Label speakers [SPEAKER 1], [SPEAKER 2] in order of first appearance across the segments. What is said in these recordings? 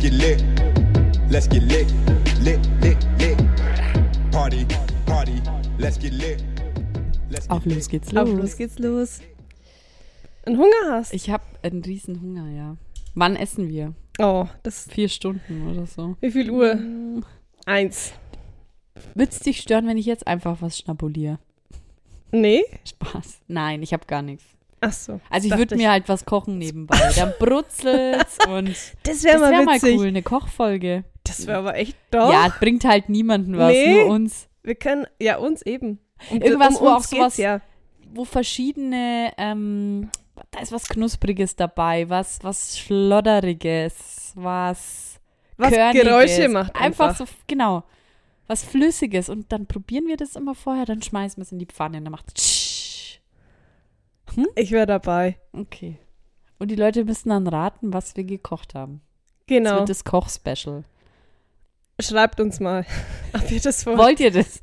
[SPEAKER 1] get lit. Let's get lit. Lit, lit, lit. Party, party. Let's get lit. Let's
[SPEAKER 2] Auf los geht's los.
[SPEAKER 3] Auf los geht's los. Einen Hunger hast.
[SPEAKER 2] Ich habe einen riesen Hunger, ja. Wann essen wir?
[SPEAKER 3] oh, das.
[SPEAKER 2] Vier Stunden oder so.
[SPEAKER 3] Wie viel Uhr?
[SPEAKER 2] Mm.
[SPEAKER 3] Eins.
[SPEAKER 2] Wird's dich stören, wenn ich jetzt einfach was schnabuliere?
[SPEAKER 3] Nee?
[SPEAKER 2] Spaß. Nein, ich habe gar nichts.
[SPEAKER 3] Ach so.
[SPEAKER 2] Also ich
[SPEAKER 3] Dachte
[SPEAKER 2] würde mir halt was kochen nebenbei. Dann brutzelt's und
[SPEAKER 3] Das
[SPEAKER 2] das
[SPEAKER 3] wäre mal
[SPEAKER 2] wäre mal
[SPEAKER 3] witzig.
[SPEAKER 2] cool, eine Kochfolge.
[SPEAKER 3] Das wäre aber echt doch.
[SPEAKER 2] Ja, bringt halt niemanden was,
[SPEAKER 3] Nee.
[SPEAKER 2] nur uns.
[SPEAKER 3] Wir können, ja, uns eben. Um,
[SPEAKER 2] Irgendwas,
[SPEAKER 3] um
[SPEAKER 2] wo
[SPEAKER 3] uns
[SPEAKER 2] auch
[SPEAKER 3] geht's
[SPEAKER 2] sowas-
[SPEAKER 3] ja.
[SPEAKER 2] Wo verschiedene, ähm, da ist was Knuspriges dabei, was, was Schlodderiges, was
[SPEAKER 3] Was
[SPEAKER 2] Körniges.
[SPEAKER 3] Geräusche macht einfach.
[SPEAKER 2] so, genau. Was Flüssiges. Und dann probieren wir das immer vorher, dann schmeißen wir es in die Pfanne und dann macht es.
[SPEAKER 3] Ich wäre dabei.
[SPEAKER 2] Okay. Und die Leute müssen dann raten, was wir gekocht haben. Das
[SPEAKER 3] Genau.
[SPEAKER 2] wird das Koch-Special.
[SPEAKER 3] Schreibt uns mal, ob ihr das wollt.
[SPEAKER 2] Wollt ihr das?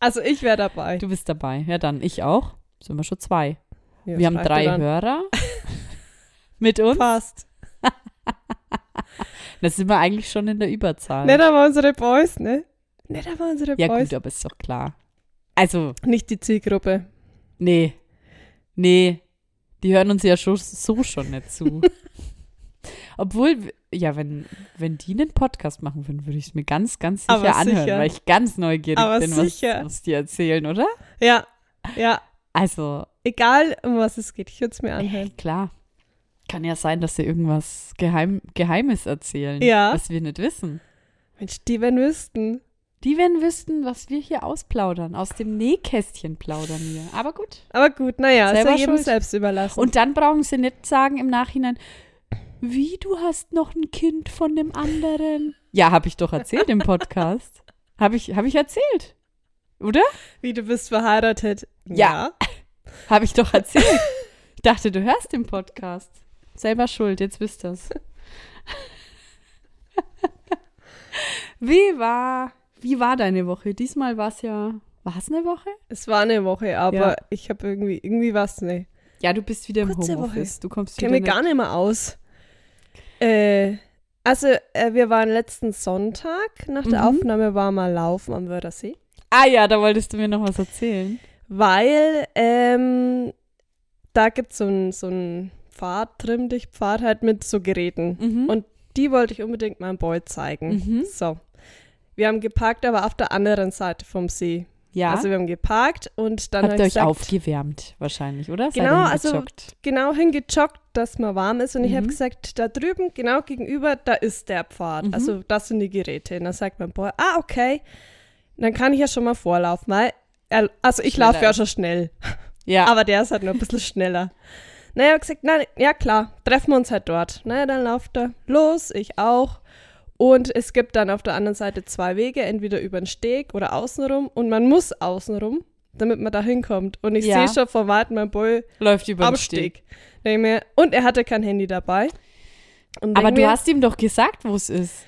[SPEAKER 3] Also ich wäre dabei.
[SPEAKER 2] Du bist dabei. Ja, dann ich auch. Sind wir schon zwei.
[SPEAKER 3] Ja,
[SPEAKER 2] wir haben
[SPEAKER 3] schreibt
[SPEAKER 2] drei
[SPEAKER 3] ihr dann.
[SPEAKER 2] Hörer. Mit uns.
[SPEAKER 3] Passt.
[SPEAKER 2] Da sind wir eigentlich schon in der Überzahl.
[SPEAKER 3] Netter war unsere Boys, ne? Netter war unsere
[SPEAKER 2] ja,
[SPEAKER 3] Boys.
[SPEAKER 2] gut, aber ist doch klar. Also,
[SPEAKER 3] Nicht die Zielgruppe.
[SPEAKER 2] Nee. Nee. Die hören uns ja schon, so schon nicht zu. Obwohl, w- ja, wenn, wenn die einen Podcast machen würden, würde ich es mir ganz, ganz sicher
[SPEAKER 3] Aber
[SPEAKER 2] anhören,
[SPEAKER 3] sicher.
[SPEAKER 2] weil ich ganz neugierig
[SPEAKER 3] Aber
[SPEAKER 2] bin,
[SPEAKER 3] sicher.
[SPEAKER 2] Was, was die erzählen, oder?
[SPEAKER 3] Ja, ja.
[SPEAKER 2] Also,
[SPEAKER 3] Egal, um was es geht, ich würde es mir
[SPEAKER 2] äh,
[SPEAKER 3] anhören.
[SPEAKER 2] klar. Kann ja sein, dass sie irgendwas Geheim, Geheimes erzählen,
[SPEAKER 3] Ja.
[SPEAKER 2] was wir nicht wissen.
[SPEAKER 3] Mensch, die wenn wüssten.
[SPEAKER 2] Die werden wüssten, was wir hier ausplaudern, aus dem Nähkästchen plaudern wir. Aber gut.
[SPEAKER 3] Aber gut, naja, ist ja
[SPEAKER 2] Selber
[SPEAKER 3] jedem
[SPEAKER 2] schuld.
[SPEAKER 3] selbst überlassen.
[SPEAKER 2] Und dann brauchen sie nicht sagen im Nachhinein, wie du hast noch ein Kind von dem anderen. Ja, habe ich doch erzählt im Podcast. Habe ich, hab ich erzählt. Oder?
[SPEAKER 3] wie du bist verheiratet.
[SPEAKER 2] Ja. Habe ich doch erzählt. Ich dachte, du hörst den Podcast. Selber schuld, jetzt wisst ihr's. Wie war, wie war deine Woche? Diesmal war es ja, war es eine Woche?
[SPEAKER 3] Es war eine Woche, aber
[SPEAKER 2] Ja.
[SPEAKER 3] ich habe irgendwie, irgendwie was, ne.
[SPEAKER 2] Ja, du bist wieder im
[SPEAKER 3] Kurze
[SPEAKER 2] Homeoffice. Du kommst
[SPEAKER 3] Ich kenne mich
[SPEAKER 2] wieder
[SPEAKER 3] gar nicht mehr aus. Äh, also, äh, wir waren letzten Sonntag, nach der
[SPEAKER 2] Mhm.
[SPEAKER 3] Aufnahme waren wir laufen am Wörthersee.
[SPEAKER 2] Ah ja, da wolltest du mir noch was erzählen.
[SPEAKER 3] Weil ähm, da gibt so es so einen Pfad, trimm dich Pfad halt mit so Geräten.
[SPEAKER 2] Mhm.
[SPEAKER 3] Und die wollte ich unbedingt meinem Boy zeigen.
[SPEAKER 2] Mhm.
[SPEAKER 3] So. Wir haben geparkt, aber auf der anderen Seite vom See.
[SPEAKER 2] ja.
[SPEAKER 3] Also wir haben geparkt und dann
[SPEAKER 2] Habt
[SPEAKER 3] hab
[SPEAKER 2] ihr
[SPEAKER 3] ich
[SPEAKER 2] euch
[SPEAKER 3] gesagt,
[SPEAKER 2] aufgewärmt wahrscheinlich, oder? Seid
[SPEAKER 3] Genau,
[SPEAKER 2] ihr
[SPEAKER 3] also-
[SPEAKER 2] hingejoggt?
[SPEAKER 3] genau hingejoggt, dass man warm ist. Und ich habe
[SPEAKER 2] Mhm.
[SPEAKER 3] gesagt, da drüben, genau gegenüber, da ist der Pfad.
[SPEAKER 2] Mhm.
[SPEAKER 3] Also das sind die Geräte. Und dann sagt mein Boy, ah, okay. Dann kann ich ja schon mal vorlaufen, weil, er- also ich laufe
[SPEAKER 2] Schneller
[SPEAKER 3] ja
[SPEAKER 2] ist.
[SPEAKER 3] schon schnell.
[SPEAKER 2] Ja,
[SPEAKER 3] Aber der ist halt nur ein bisschen schneller. Naja, hab gesagt, nein, ja klar, treffen wir uns halt dort. Naja, dann lauft er los, ich auch. Und es gibt dann auf der anderen Seite zwei Wege, entweder über den Steg oder außenrum. Und man muss außenrum, damit man da hinkommt. Und ich
[SPEAKER 2] Ja.
[SPEAKER 3] sehe schon von weitem mein Boy
[SPEAKER 2] läuft über
[SPEAKER 3] am
[SPEAKER 2] den Steg.
[SPEAKER 3] Steg. Denk Mir, und er hatte kein Handy dabei. Und
[SPEAKER 2] Aber
[SPEAKER 3] denk
[SPEAKER 2] du
[SPEAKER 3] mir,
[SPEAKER 2] hast ihm doch gesagt, wo es ist.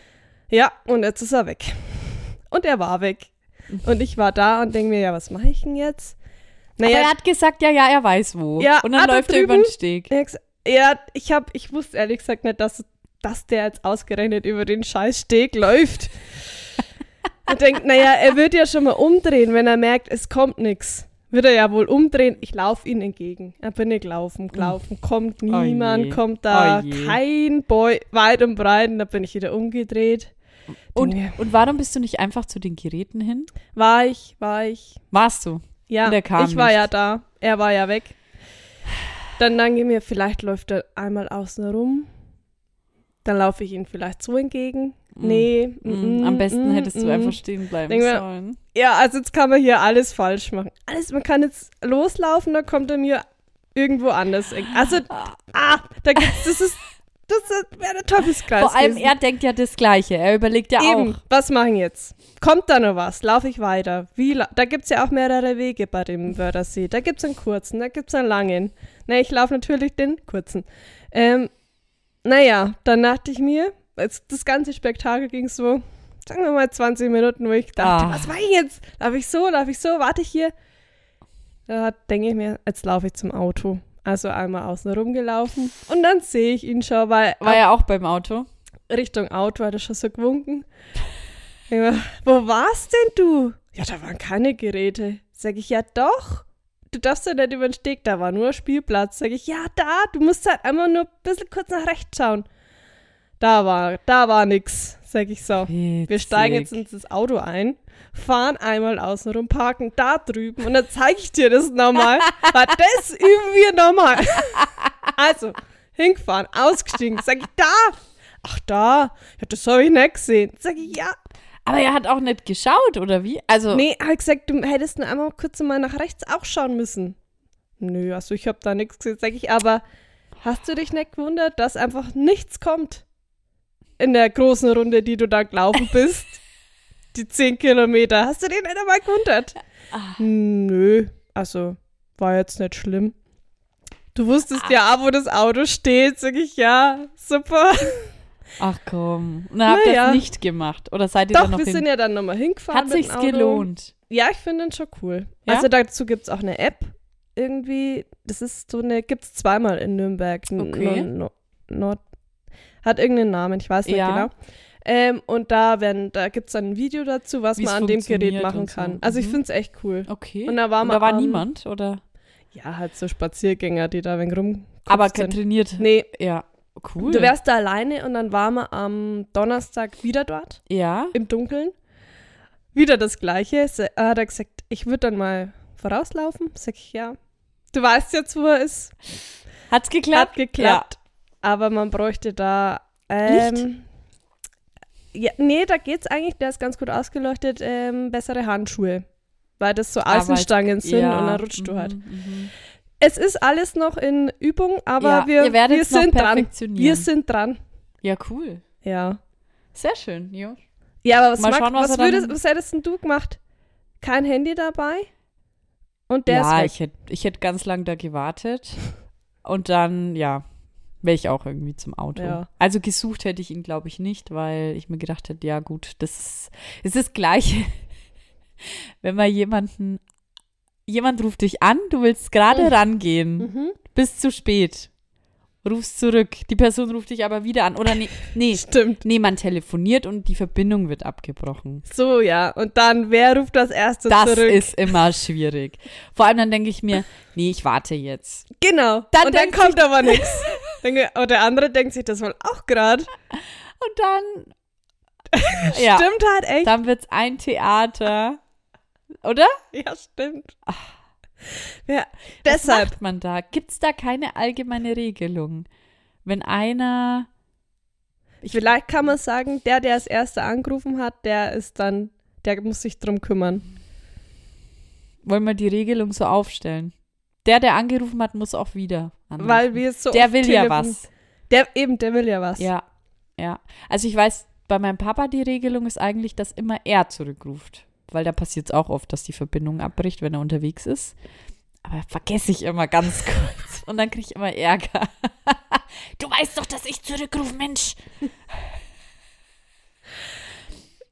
[SPEAKER 3] Ja, und jetzt ist er weg. Und er war weg. Und ich war da und denke mir, ja, was mache ich denn jetzt?
[SPEAKER 2] Aber er hat gesagt, ja, ja, er weiß wo.
[SPEAKER 3] Ja,
[SPEAKER 2] Und dann
[SPEAKER 3] ah, da
[SPEAKER 2] läuft er über den
[SPEAKER 3] drüben.
[SPEAKER 2] Steg.
[SPEAKER 3] Ja, ex- Ja, ich hab, ich wusste ehrlich gesagt nicht, dass, dass der jetzt ausgerechnet über den Scheißsteg läuft. Und denkt, naja, er wird ja schon mal umdrehen, wenn er merkt, es kommt nix. Wird er ja wohl umdrehen. Ich laufe ihm entgegen. Dann bin ich gelaufen, gelaufen. Kommt niemand,
[SPEAKER 2] Oh je.
[SPEAKER 3] kommt da
[SPEAKER 2] Oh je.
[SPEAKER 3] kein Boy. Weit und breit. Und dann bin ich wieder umgedreht.
[SPEAKER 2] Und,
[SPEAKER 3] Dinge.
[SPEAKER 2] und warum bist du nicht einfach zu den Geräten hin?
[SPEAKER 3] War ich, war ich.
[SPEAKER 2] Warst du?
[SPEAKER 3] Ja,
[SPEAKER 2] Und er kam
[SPEAKER 3] ich war
[SPEAKER 2] nicht.
[SPEAKER 3] ja da. Er war ja weg. Dann danke mir, vielleicht läuft er einmal außen rum. Dann laufe ich ihm vielleicht so entgegen. Nee.
[SPEAKER 2] Mm,
[SPEAKER 3] mm,
[SPEAKER 2] Am besten
[SPEAKER 3] mm,
[SPEAKER 2] hättest du
[SPEAKER 3] mm.
[SPEAKER 2] einfach stehen bleiben
[SPEAKER 3] Denk mir-
[SPEAKER 2] sollen.
[SPEAKER 3] Ja, also jetzt kann man hier alles falsch machen. Alles, man kann jetzt loslaufen, dann kommt er mir irgendwo anders. ent- Also, ah, da gibt's, das ist, das ist- wäre der Teufelskreis.
[SPEAKER 2] Vor allem,
[SPEAKER 3] gewesen.
[SPEAKER 2] er denkt ja das Gleiche. Er überlegt ja
[SPEAKER 3] Eben,
[SPEAKER 2] auch.
[SPEAKER 3] was machen jetzt? Kommt da noch was? Laufe ich weiter? Wie la da gibt es ja auch mehrere Wege bei dem Wörthersee. Da gibt es einen kurzen, da gibt es einen langen. Na, ich laufe natürlich den kurzen. Ähm, naja, dann dachte ich mir, jetzt, das ganze Spektakel ging so, sagen wir mal 20 Minuten, wo ich dachte,
[SPEAKER 2] Ah.
[SPEAKER 3] was mache ich jetzt? Laufe ich so, laufe ich so, warte ich hier? Da denke ich mir, jetzt laufe ich zum
[SPEAKER 2] Ah
[SPEAKER 3] Auto. Also einmal außen rumgelaufen und dann sehe ich ihn schon, weil
[SPEAKER 2] War er auch beim Auto?
[SPEAKER 3] Richtung Auto hat er schon so gewunken. Ich war, Wo warst denn du? Ja, da waren keine Geräte. Sag ich, ja doch. Du darfst ja nicht über den Steg, da war nur ein Spielplatz. Sag ich, ja da, du musst halt einmal nur ein bisschen kurz nach rechts schauen. Da war, da war nix, sag ich so. Wir steigen jetzt
[SPEAKER 2] Witzig.
[SPEAKER 3] ins das Auto ein, fahren einmal außenrum, parken da drüben und dann zeige ich dir das nochmal. Weil das üben wir nochmal. Also, hingefahren, ausgestiegen, sag ich da. Ach da, ja, das habe ich nicht gesehen. Sag ich, ja.
[SPEAKER 2] Aber er hat auch nicht geschaut, oder wie? Also,
[SPEAKER 3] Nee, hab ich gesagt, du hättest nur einmal kurz mal nach rechts auch schauen müssen. Nö, also ich habe da nichts gesehen, sag ich, aber hast du dich nicht gewundert, dass einfach nichts kommt in der großen Runde, die du da gelaufen bist? die 10 Kilometer. Hast du den nicht einmal gewundert?
[SPEAKER 2] Ah.
[SPEAKER 3] Nö, also war jetzt nicht schlimm. Du wusstest
[SPEAKER 2] Ah.
[SPEAKER 3] ja auch, wo das Auto steht, sag ich, ja, super.
[SPEAKER 2] ach komm. Und dann habt ihr
[SPEAKER 3] Naja.
[SPEAKER 2] das nicht gemacht. Oder seid ihr
[SPEAKER 3] Doch,
[SPEAKER 2] da noch
[SPEAKER 3] wir sind
[SPEAKER 2] hin?
[SPEAKER 3] ja dann nochmal hingefahren.
[SPEAKER 2] Hat
[SPEAKER 3] mit dem
[SPEAKER 2] sich's
[SPEAKER 3] Auto.
[SPEAKER 2] gelohnt.
[SPEAKER 3] Ja, ich finde den schon cool.
[SPEAKER 2] Ja?
[SPEAKER 3] Also dazu gibt es auch eine App irgendwie. Das ist so eine, gibt es zweimal in Nürnberg. N-
[SPEAKER 2] Okay.
[SPEAKER 3] No, no, Nord- hat irgendeinen Namen, ich weiß nicht
[SPEAKER 2] Ja.
[SPEAKER 3] genau. Ähm, und da, werden- da gibt es dann ein Video dazu, was
[SPEAKER 2] Wie's
[SPEAKER 3] man an dem Gerät
[SPEAKER 2] funktioniert
[SPEAKER 3] machen
[SPEAKER 2] und so.
[SPEAKER 3] kann. Also ich
[SPEAKER 2] Mhm.
[SPEAKER 3] finde es echt cool.
[SPEAKER 2] Okay.
[SPEAKER 3] Und da war
[SPEAKER 2] Und
[SPEAKER 3] man
[SPEAKER 2] da war
[SPEAKER 3] am-
[SPEAKER 2] niemand, oder?
[SPEAKER 3] Ja, halt so Spaziergänger, die da ein wenig rum.
[SPEAKER 2] Aber
[SPEAKER 3] sind.
[SPEAKER 2] trainiert.
[SPEAKER 3] Nee,
[SPEAKER 2] Ja, cool.
[SPEAKER 3] du wärst da alleine und dann waren wir am Donnerstag wieder dort,
[SPEAKER 2] ja.
[SPEAKER 3] im Dunkeln. Wieder das Gleiche. Se- Hat er gesagt, ich würde dann mal vorauslaufen. Sag ich, ja. Du weißt jetzt, wo er ist.
[SPEAKER 2] Hat's geklappt?
[SPEAKER 3] Hat geklappt. Aber man bräuchte da. Ähm, ja, nee, da geht's eigentlich, der ist ganz gut ausgeleuchtet, ähm, bessere Handschuhe. Weil das so
[SPEAKER 2] Aber-
[SPEAKER 3] Eisenstangen
[SPEAKER 2] Ja.
[SPEAKER 3] sind
[SPEAKER 2] ja.
[SPEAKER 3] und dann rutscht du halt.
[SPEAKER 2] Mhm, mhm.
[SPEAKER 3] Es ist alles noch in Übung, aber
[SPEAKER 2] Ja,
[SPEAKER 3] wir,
[SPEAKER 2] ihr werdet
[SPEAKER 3] wir
[SPEAKER 2] es noch
[SPEAKER 3] sind dran.
[SPEAKER 2] perfektionieren.
[SPEAKER 3] Wir sind dran.
[SPEAKER 2] Ja, cool.
[SPEAKER 3] Ja.
[SPEAKER 2] Sehr schön, ja.
[SPEAKER 3] Ja, aber was,
[SPEAKER 2] Mal
[SPEAKER 3] mag,
[SPEAKER 2] schauen, was
[SPEAKER 3] was,
[SPEAKER 2] er
[SPEAKER 3] würdest,
[SPEAKER 2] dann-
[SPEAKER 3] was hättest denn du gemacht? Kein Handy dabei? Und der
[SPEAKER 2] ja,
[SPEAKER 3] ist weg.
[SPEAKER 2] ich hätte ich hätt ganz lang da gewartet. Und dann, ja, wäre ich auch irgendwie zum Auto.
[SPEAKER 3] Ja.
[SPEAKER 2] Also gesucht hätte ich ihn, glaube ich, nicht, weil ich mir gedacht hätte, ja gut, das ist, es ist das Gleiche. Wenn man jemanden, jemand ruft dich an, du willst gerade
[SPEAKER 3] Mhm.
[SPEAKER 2] rangehen,
[SPEAKER 3] Mhm.
[SPEAKER 2] bist zu spät, rufst zurück, die Person ruft dich aber wieder an. Oder nee, nee,
[SPEAKER 3] Stimmt.
[SPEAKER 2] nee man telefoniert und die Verbindung wird abgebrochen.
[SPEAKER 3] So, ja. Und dann, wer ruft das erste
[SPEAKER 2] Das
[SPEAKER 3] zurück?
[SPEAKER 2] ist immer schwierig. Vor allem dann denke ich mir, nee, ich warte jetzt.
[SPEAKER 3] Genau.
[SPEAKER 2] Dann
[SPEAKER 3] und dann
[SPEAKER 2] denkt
[SPEAKER 3] kommt aber nichts. Und der andere denkt sich das wohl auch gerade.
[SPEAKER 2] Und dann. ja,
[SPEAKER 3] Stimmt halt echt.
[SPEAKER 2] dann wird's ein Theater. Oder?
[SPEAKER 3] ja, stimmt. Ja,
[SPEAKER 2] Was
[SPEAKER 3] deshalb.
[SPEAKER 2] Ah. macht man da? Gibt's da keine allgemeine Regelung? Wenn einer.
[SPEAKER 3] Vielleicht kann man sagen, der, der als erster angerufen hat, der ist dann, der muss sich drum kümmern.
[SPEAKER 2] Wollen wir die Regelung so aufstellen? Der, der angerufen hat, muss auch wieder. anrufen.
[SPEAKER 3] Weil wir so
[SPEAKER 2] Mhm. der
[SPEAKER 3] oft
[SPEAKER 2] will ja
[SPEAKER 3] telefon-
[SPEAKER 2] was.
[SPEAKER 3] Der, eben, der will ja was.
[SPEAKER 2] Ja, ja. Also ich weiß, bei meinem Papa die Regelung ist eigentlich, dass immer er zurückruft. Weil da passiert es auch oft, dass die Verbindung abbricht, wenn er unterwegs ist. Aber vergesse ich immer ganz kurz. Und dann kriege ich immer Ärger. Du weißt doch, dass ich zurückrufe, Mensch.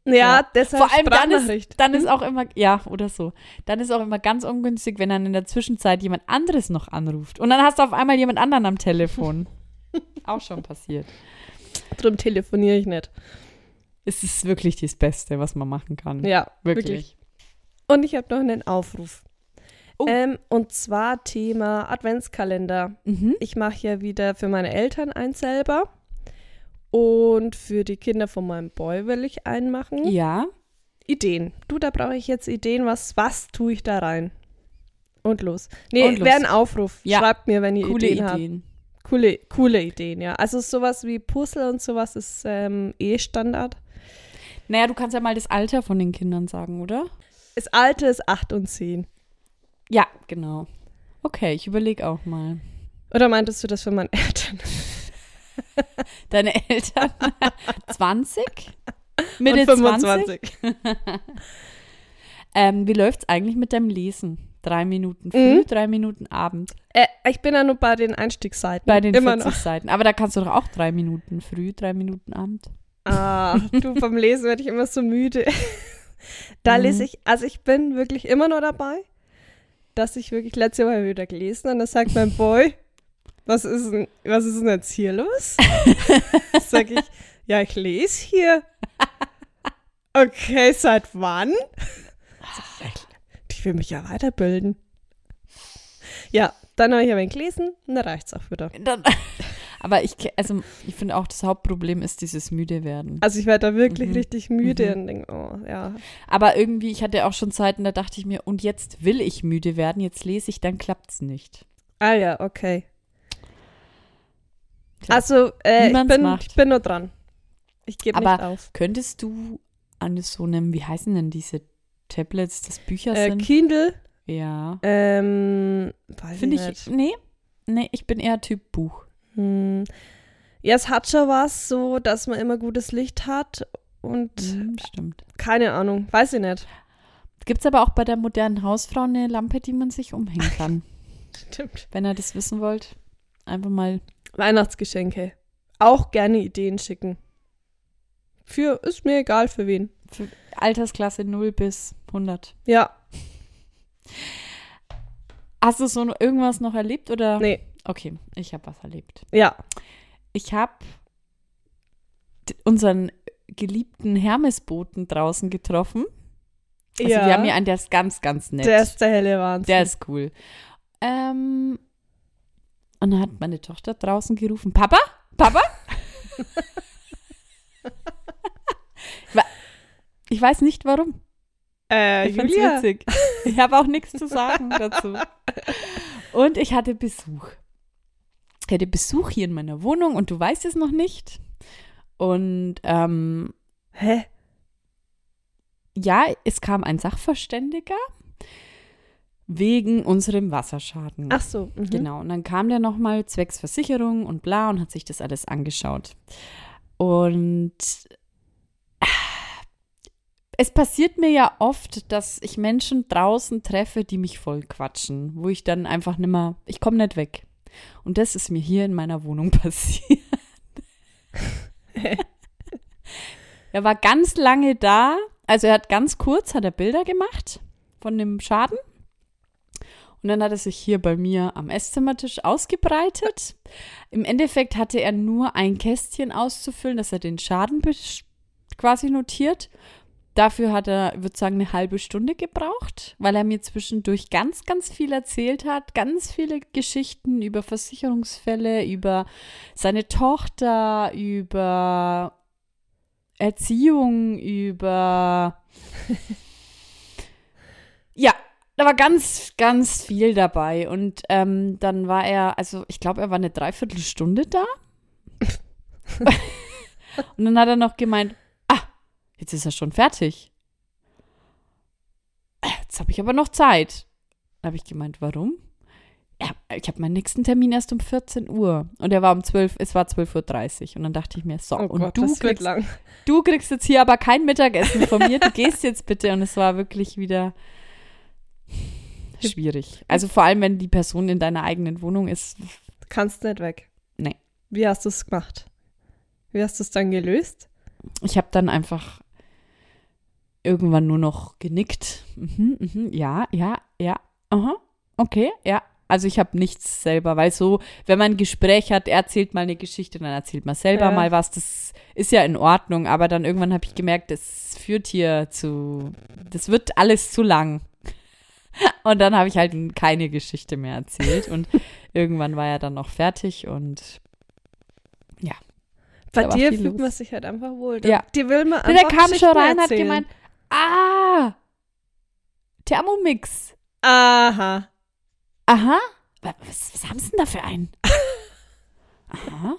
[SPEAKER 3] Ja,
[SPEAKER 2] Ja.
[SPEAKER 3] deshalb
[SPEAKER 2] Vor allem dann
[SPEAKER 3] Sprachnachricht. Hm?
[SPEAKER 2] ist, dann ist auch immer, ja, oder so. Dann ist auch immer ganz ungünstig, wenn dann in der Zwischenzeit jemand anderes noch anruft. Und dann hast du auf einmal jemand anderen am Telefon. auch schon passiert.
[SPEAKER 3] Drum telefoniere ich nicht.
[SPEAKER 2] Es ist wirklich das Beste, was man machen kann.
[SPEAKER 3] Ja,
[SPEAKER 2] wirklich.
[SPEAKER 3] wirklich. Und ich habe noch einen Aufruf.
[SPEAKER 2] Oh.
[SPEAKER 3] Ähm, und zwar Thema Adventskalender.
[SPEAKER 2] Mhm.
[SPEAKER 3] Ich mache ja wieder für meine Eltern eins selber. Und für die Kinder von meinem Boy will ich einen machen.
[SPEAKER 2] Ja,
[SPEAKER 3] Ideen. Du, da brauche ich jetzt Ideen. Was, was tue ich da rein? Und los. Nee,
[SPEAKER 2] Und los.
[SPEAKER 3] wäre ein Aufruf.
[SPEAKER 2] Ja.
[SPEAKER 3] Schreibt mir, wenn ihr
[SPEAKER 2] coole
[SPEAKER 3] Ideen,
[SPEAKER 2] Ideen.
[SPEAKER 3] habt. Coole, coole Ideen, ja. Also sowas wie Puzzle und sowas ist ähm, eh Standard.
[SPEAKER 2] Naja, du kannst ja mal das Alter von den Kindern sagen, oder?
[SPEAKER 3] Das alte ist 8 und 10.
[SPEAKER 2] Ja, genau. Okay, ich überlege auch mal.
[SPEAKER 3] Oder meintest du das für meine Eltern?
[SPEAKER 2] Deine Eltern? 20? Mitte
[SPEAKER 3] und
[SPEAKER 2] 20? Ähm, wie läuft's eigentlich mit deinem Lesen? Drei Minuten früh,
[SPEAKER 3] Mhm.
[SPEAKER 2] drei Minuten Abend.
[SPEAKER 3] Äh, ich bin ja nur bei den Einstiegsseiten.
[SPEAKER 2] Bei den
[SPEAKER 3] Immer
[SPEAKER 2] 40
[SPEAKER 3] noch.
[SPEAKER 2] Seiten. Aber da kannst du doch auch drei Minuten früh, drei Minuten Abend.
[SPEAKER 3] Ah, du, vom Lesen werde ich immer so müde. da
[SPEAKER 2] Mhm.
[SPEAKER 3] lese ich, also ich bin wirklich immer nur dabei, dass ich wirklich letzte Woche wieder gelesen und da sagt mein Boy, was ist denn, was ist denn jetzt hier los? Sag ich, Ja, ich lese hier. Okay, seit wann? Ich will mich ja weiterbilden. Ja, dann habe ich ein wenig gelesen und dann reicht's auch wieder.
[SPEAKER 2] Dann, aber ich, ke- also ich finde auch, das Hauptproblem ist dieses müde werden.
[SPEAKER 3] Also ich werde da wirklich
[SPEAKER 2] Mhm.
[SPEAKER 3] richtig müde
[SPEAKER 2] Mhm.
[SPEAKER 3] und denke, oh ja.
[SPEAKER 2] Aber irgendwie, ich hatte auch schon Zeiten, da dachte ich mir, und jetzt will ich müde werden, jetzt lese ich, dann klappt's nicht.
[SPEAKER 3] Ah ja, okay.
[SPEAKER 2] Klar.
[SPEAKER 3] Also äh, ich,
[SPEAKER 2] Niemand's
[SPEAKER 3] bin,
[SPEAKER 2] macht.
[SPEAKER 3] ich bin nur dran. Ich gebe nicht
[SPEAKER 2] Aber
[SPEAKER 3] auf.
[SPEAKER 2] Könntest du an so einem, wie heißen denn diese Tablets, das Bücher
[SPEAKER 3] Äh,
[SPEAKER 2] sind?
[SPEAKER 3] Kindle,
[SPEAKER 2] ja.
[SPEAKER 3] ähm, weiß
[SPEAKER 2] Finde
[SPEAKER 3] ich
[SPEAKER 2] ich,
[SPEAKER 3] nicht.
[SPEAKER 2] nee, nee, ich bin eher Typ Buch.
[SPEAKER 3] Hm. Ja, es hat schon was so, dass man immer gutes Licht hat und
[SPEAKER 2] Mhm, stimmt.
[SPEAKER 3] keine Ahnung, weiß ich nicht.
[SPEAKER 2] Gibt es aber auch bei der modernen Hausfrau eine Lampe, die man sich umhängen kann?
[SPEAKER 3] Stimmt.
[SPEAKER 2] Wenn ihr das wissen wollt, einfach mal.
[SPEAKER 3] Weihnachtsgeschenke. Auch gerne Ideen schicken. Für, ist mir egal für wen.
[SPEAKER 2] Für Altersklasse 0 bis 100.
[SPEAKER 3] Ja,
[SPEAKER 2] Hast du so noch irgendwas noch erlebt oder?
[SPEAKER 3] nee,
[SPEAKER 2] Okay, ich habe was erlebt.
[SPEAKER 3] ja.
[SPEAKER 2] Ich habe unseren geliebten Hermesboten draußen getroffen. Also
[SPEAKER 3] ja.
[SPEAKER 2] wir haben hier einen, der ist ganz, ganz nett.
[SPEAKER 3] Der ist der helle Wahnsinn.
[SPEAKER 2] Der ist cool. Ähm, und dann hat meine Tochter draußen gerufen, Papa, Papa. Ich wa- ich weiß nicht warum.
[SPEAKER 3] äh,
[SPEAKER 2] Ich fand's
[SPEAKER 3] Julia.
[SPEAKER 2] witzig. Ich habe auch nichts zu sagen dazu. Und ich hatte Besuch. Ich hatte Besuch hier in meiner Wohnung und du weißt es noch nicht. Und ähm,
[SPEAKER 3] Hä?
[SPEAKER 2] ja, es kam ein Sachverständiger wegen unserem Wasserschaden.
[SPEAKER 3] Ach so. Mhm.
[SPEAKER 2] Genau, und dann kam der nochmal zwecks Versicherung und bla und hat sich das alles angeschaut. Und ah, es passiert mir ja oft, dass ich Menschen draußen treffe, die mich voll quatschen, wo ich dann einfach nimmer, ich komme nicht weg. Und das ist mir hier in meiner Wohnung passiert. er war ganz lange da, also er hat ganz kurz, hat er Bilder gemacht von dem Schaden. Und dann hat er sich hier bei mir am Esszimmertisch ausgebreitet. Im Endeffekt hatte er nur ein Kästchen auszufüllen, dass er den Schaden besch- quasi notiert. Dafür hat er, ich würde sagen, eine halbe Stunde gebraucht, weil er mir zwischendurch ganz, ganz viel erzählt hat. Ganz viele Geschichten über Versicherungsfälle, über seine Tochter, über Erziehung, über. ja, da war ganz, ganz viel dabei. Und ähm, dann war er, also ich glaube, er war eine Dreiviertelstunde da. Und dann hat er noch gemeint, ah, jetzt ist er schon fertig. Äh, Jetzt habe ich aber noch Zeit. Dann habe ich gemeint, warum? Ja, ich habe meinen nächsten Termin erst um 14 Uhr. Und er war um 12, es war 12.30 Uhr. Und dann dachte ich mir, so,
[SPEAKER 3] Oh
[SPEAKER 2] und
[SPEAKER 3] Gott,
[SPEAKER 2] du
[SPEAKER 3] das wird
[SPEAKER 2] kriegst
[SPEAKER 3] lang.
[SPEAKER 2] du kriegst jetzt hier aber kein Mittagessen von mir, du gehst jetzt bitte. Und es war wirklich wieder schwierig. Also vor allem, wenn die Person in deiner eigenen Wohnung ist.
[SPEAKER 3] Kannst nicht weg.
[SPEAKER 2] Nee.
[SPEAKER 3] Wie hast du es gemacht? Wie hast du es dann gelöst?
[SPEAKER 2] Ich habe dann einfach irgendwann nur noch genickt. Mhm, mhm, ja, ja, ja. Aha, okay, ja. Also ich habe nichts selber, weil so, wenn man ein Gespräch hat, er erzählt mal eine Geschichte, dann erzählt man selber
[SPEAKER 3] Ja.
[SPEAKER 2] mal was. Das ist ja in Ordnung, aber dann irgendwann habe ich gemerkt, das führt hier zu, das wird alles zu lang. Und dann habe ich halt keine Geschichte mehr erzählt und irgendwann war er dann auch fertig und
[SPEAKER 3] Bei
[SPEAKER 2] war
[SPEAKER 3] dir
[SPEAKER 2] viel
[SPEAKER 3] fühlt
[SPEAKER 2] los.
[SPEAKER 3] man sich halt einfach wohl.
[SPEAKER 2] Ja.
[SPEAKER 3] Dir will man
[SPEAKER 2] Und der
[SPEAKER 3] einfach
[SPEAKER 2] kam
[SPEAKER 3] Geschichten
[SPEAKER 2] schon rein, hat
[SPEAKER 3] erzählen.
[SPEAKER 2] gemeint, ah, Thermomix.
[SPEAKER 3] Aha.
[SPEAKER 2] Aha. Wa- Was, was haben sie denn da für einen? Aha.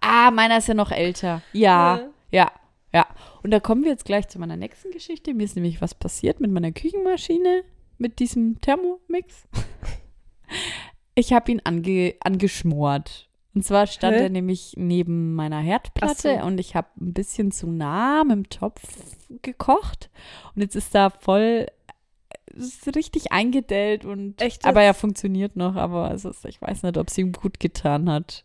[SPEAKER 2] Ah, meiner ist ja noch älter. Ja,
[SPEAKER 3] Ja.
[SPEAKER 2] ja, ja. Und da kommen wir jetzt gleich zu meiner nächsten Geschichte. Mir ist nämlich was passiert mit meiner Küchenmaschine, mit diesem Thermomix. Ich habe ihn ange angeschmort. Und zwar stand
[SPEAKER 3] Hä?
[SPEAKER 2] er nämlich neben meiner Herdplatte
[SPEAKER 3] Ach so.
[SPEAKER 2] und ich habe ein bisschen zu nah mit dem Topf gekocht. Und jetzt ist da voll es ist richtig eingedellt und
[SPEAKER 3] Echt
[SPEAKER 2] aber
[SPEAKER 3] jetzt?
[SPEAKER 2] er funktioniert noch, aber es ist, ich weiß nicht, ob es ihm gut getan hat.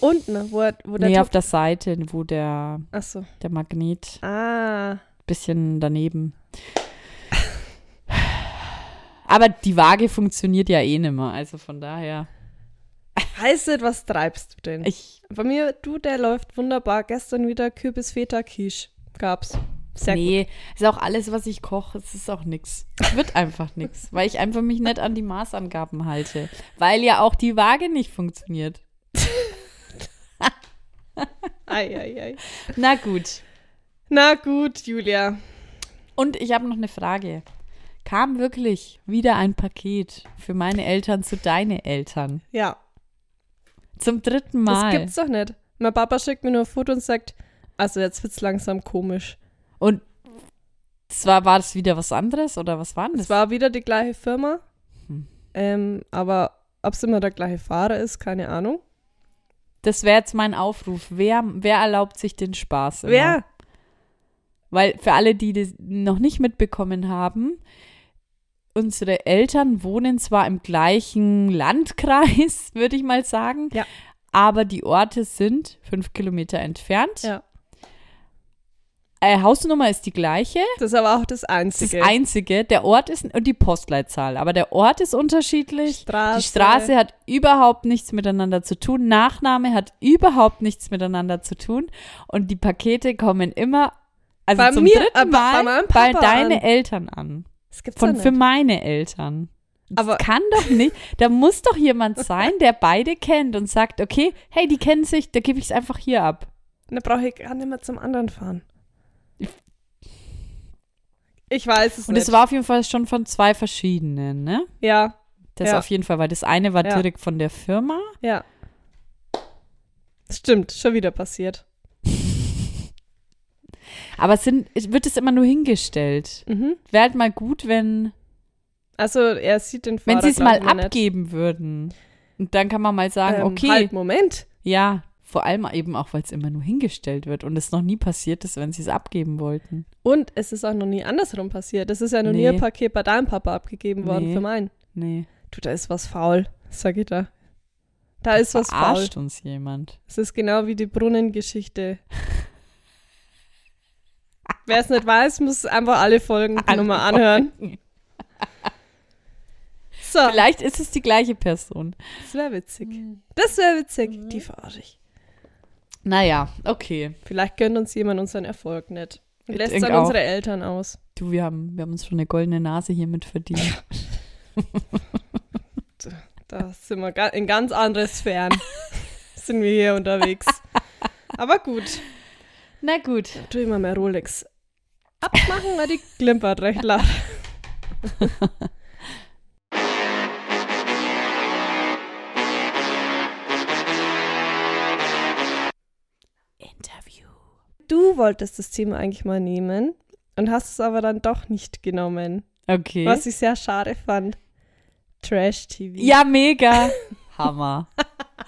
[SPEAKER 3] Unten, ne, wo, er- wo der
[SPEAKER 2] nee,
[SPEAKER 3] Topf-
[SPEAKER 2] auf der Seite, wo der,
[SPEAKER 3] Ach so.
[SPEAKER 2] der Magnet
[SPEAKER 3] Ah.
[SPEAKER 2] bisschen daneben. Aber die Waage funktioniert ja eh nimmer, also von daher.
[SPEAKER 3] weiß nicht, was treibst du denn?
[SPEAKER 2] Ich,
[SPEAKER 3] Bei mir, du, der läuft wunderbar. Gestern wieder Kürbis Feta Quiche gab's. Sehr gut.
[SPEAKER 2] nee, ist auch alles, was ich koche, es ist auch nix. Wird einfach nix, weil ich einfach mich nicht an die Maßangaben halte. Weil ja auch die Waage nicht funktioniert.
[SPEAKER 3] Ei, ei, ei.
[SPEAKER 2] Na gut.
[SPEAKER 3] Na gut, Julia.
[SPEAKER 2] Und ich habe noch eine Frage. Kam wirklich wieder ein Paket für meine Eltern zu deine Eltern?
[SPEAKER 3] Ja,
[SPEAKER 2] Zum dritten
[SPEAKER 3] das
[SPEAKER 2] Mal.
[SPEAKER 3] gibt's doch nicht. Mein Papa schickt mir nur ein Foto und sagt, also jetzt wird's langsam komisch.
[SPEAKER 2] Und zwar war das wieder was anderes oder was war denn das?
[SPEAKER 3] Es war wieder die gleiche Firma,
[SPEAKER 2] Hm.
[SPEAKER 3] ähm, aber ob es immer der gleiche Fahrer ist, keine Ahnung.
[SPEAKER 2] das wäre jetzt mein Aufruf. Wer, wer erlaubt sich den Spaß? Immer?
[SPEAKER 3] Wer?
[SPEAKER 2] Weil für alle, die das noch nicht mitbekommen haben, unsere Eltern wohnen zwar im gleichen Landkreis, würde ich mal sagen,
[SPEAKER 3] Ja.
[SPEAKER 2] aber die Orte sind fünf Kilometer entfernt.
[SPEAKER 3] Ja.
[SPEAKER 2] Äh, Hausnummer ist die gleiche,
[SPEAKER 3] Das ist aber auch
[SPEAKER 2] das
[SPEAKER 3] das
[SPEAKER 2] ist
[SPEAKER 3] Einzige.
[SPEAKER 2] das einzige. Der Ort ist und die Postleitzahl, aber der Ort ist unterschiedlich.
[SPEAKER 3] Straße.
[SPEAKER 2] Die Straße hat überhaupt nichts miteinander zu tun. Nachname hat überhaupt nichts miteinander zu tun. Und die Pakete kommen immer, also
[SPEAKER 3] Bei
[SPEAKER 2] zum
[SPEAKER 3] mir, äh, bei-
[SPEAKER 2] dritten Mal
[SPEAKER 3] bei
[SPEAKER 2] bei,
[SPEAKER 3] meinem Papa
[SPEAKER 2] deine
[SPEAKER 3] an.
[SPEAKER 2] Eltern an.
[SPEAKER 3] Das gibt's
[SPEAKER 2] Von,
[SPEAKER 3] doch
[SPEAKER 2] für
[SPEAKER 3] nicht.
[SPEAKER 2] meine Eltern. Das
[SPEAKER 3] Aber-
[SPEAKER 2] kann doch nicht. Da muss doch jemand sein, der beide kennt und sagt, okay, hey, die kennen sich, da gebe ich es einfach hier ab.
[SPEAKER 3] Da brauche ich gar nicht mehr zum anderen fahren. Ich weiß es
[SPEAKER 2] Und
[SPEAKER 3] nicht.
[SPEAKER 2] es war auf jeden Fall schon von zwei verschiedenen, ne?
[SPEAKER 3] ja,
[SPEAKER 2] Das
[SPEAKER 3] Ja.
[SPEAKER 2] auf jeden Fall, weil das eine war
[SPEAKER 3] Ja.
[SPEAKER 2] direkt von der Firma.
[SPEAKER 3] ja. Stimmt, schon wieder passiert.
[SPEAKER 2] Aber es sind, es wird es immer nur hingestellt.
[SPEAKER 3] Mhm.
[SPEAKER 2] Wäre halt mal gut, wenn
[SPEAKER 3] Also er sieht den Fahrer.
[SPEAKER 2] Wenn sie es
[SPEAKER 3] glaub
[SPEAKER 2] mal
[SPEAKER 3] ich, noch nicht.
[SPEAKER 2] abgeben würden. Und dann kann man mal sagen,
[SPEAKER 3] Ähm,
[SPEAKER 2] okay,
[SPEAKER 3] Halt, Moment.
[SPEAKER 2] ja, vor allem eben auch, weil es immer nur hingestellt wird und es noch nie passiert ist, wenn sie es abgeben wollten.
[SPEAKER 3] Und es ist auch noch nie andersrum passiert. Es ist ja noch nie
[SPEAKER 2] Nee.
[SPEAKER 3] ein Paket bei deinem Papa abgegeben worden
[SPEAKER 2] Nee.
[SPEAKER 3] für meinen.
[SPEAKER 2] Nee,
[SPEAKER 3] Du, da ist was faul, sag ich da. Da ist was faul.
[SPEAKER 2] verarscht uns jemand.
[SPEAKER 3] Es ist genau wie die Brunnengeschichte. Wer es nicht weiß, muss einfach alle Folgen
[SPEAKER 2] Alle
[SPEAKER 3] nochmal anhören. So,
[SPEAKER 2] Vielleicht Mhm. ist es die gleiche Person.
[SPEAKER 3] das wäre witzig. Das wäre witzig.
[SPEAKER 2] Mhm.
[SPEAKER 3] Die verarsche ich.
[SPEAKER 2] Naja, okay.
[SPEAKER 3] Vielleicht gönnt uns jemand unseren Erfolg nicht. Und
[SPEAKER 2] Ich
[SPEAKER 3] lässt
[SPEAKER 2] denk
[SPEAKER 3] dann
[SPEAKER 2] auch.
[SPEAKER 3] unsere Eltern aus.
[SPEAKER 2] Du, wir haben, wir haben uns schon eine goldene Nase hiermit verdient.
[SPEAKER 3] Da sind wir ga- in ganz andere Sphären. sind wir hier unterwegs. Aber gut,
[SPEAKER 2] Na gut.
[SPEAKER 3] tu immer mehr Rolex. Abmachen, weil die klimpert recht laut.
[SPEAKER 2] Interview.
[SPEAKER 3] Du wolltest das Thema eigentlich mal nehmen und hast es aber dann doch nicht genommen.
[SPEAKER 2] Okay.
[SPEAKER 3] Was ich sehr schade fand. Trash-TV.
[SPEAKER 2] Ja, mega. Hammer.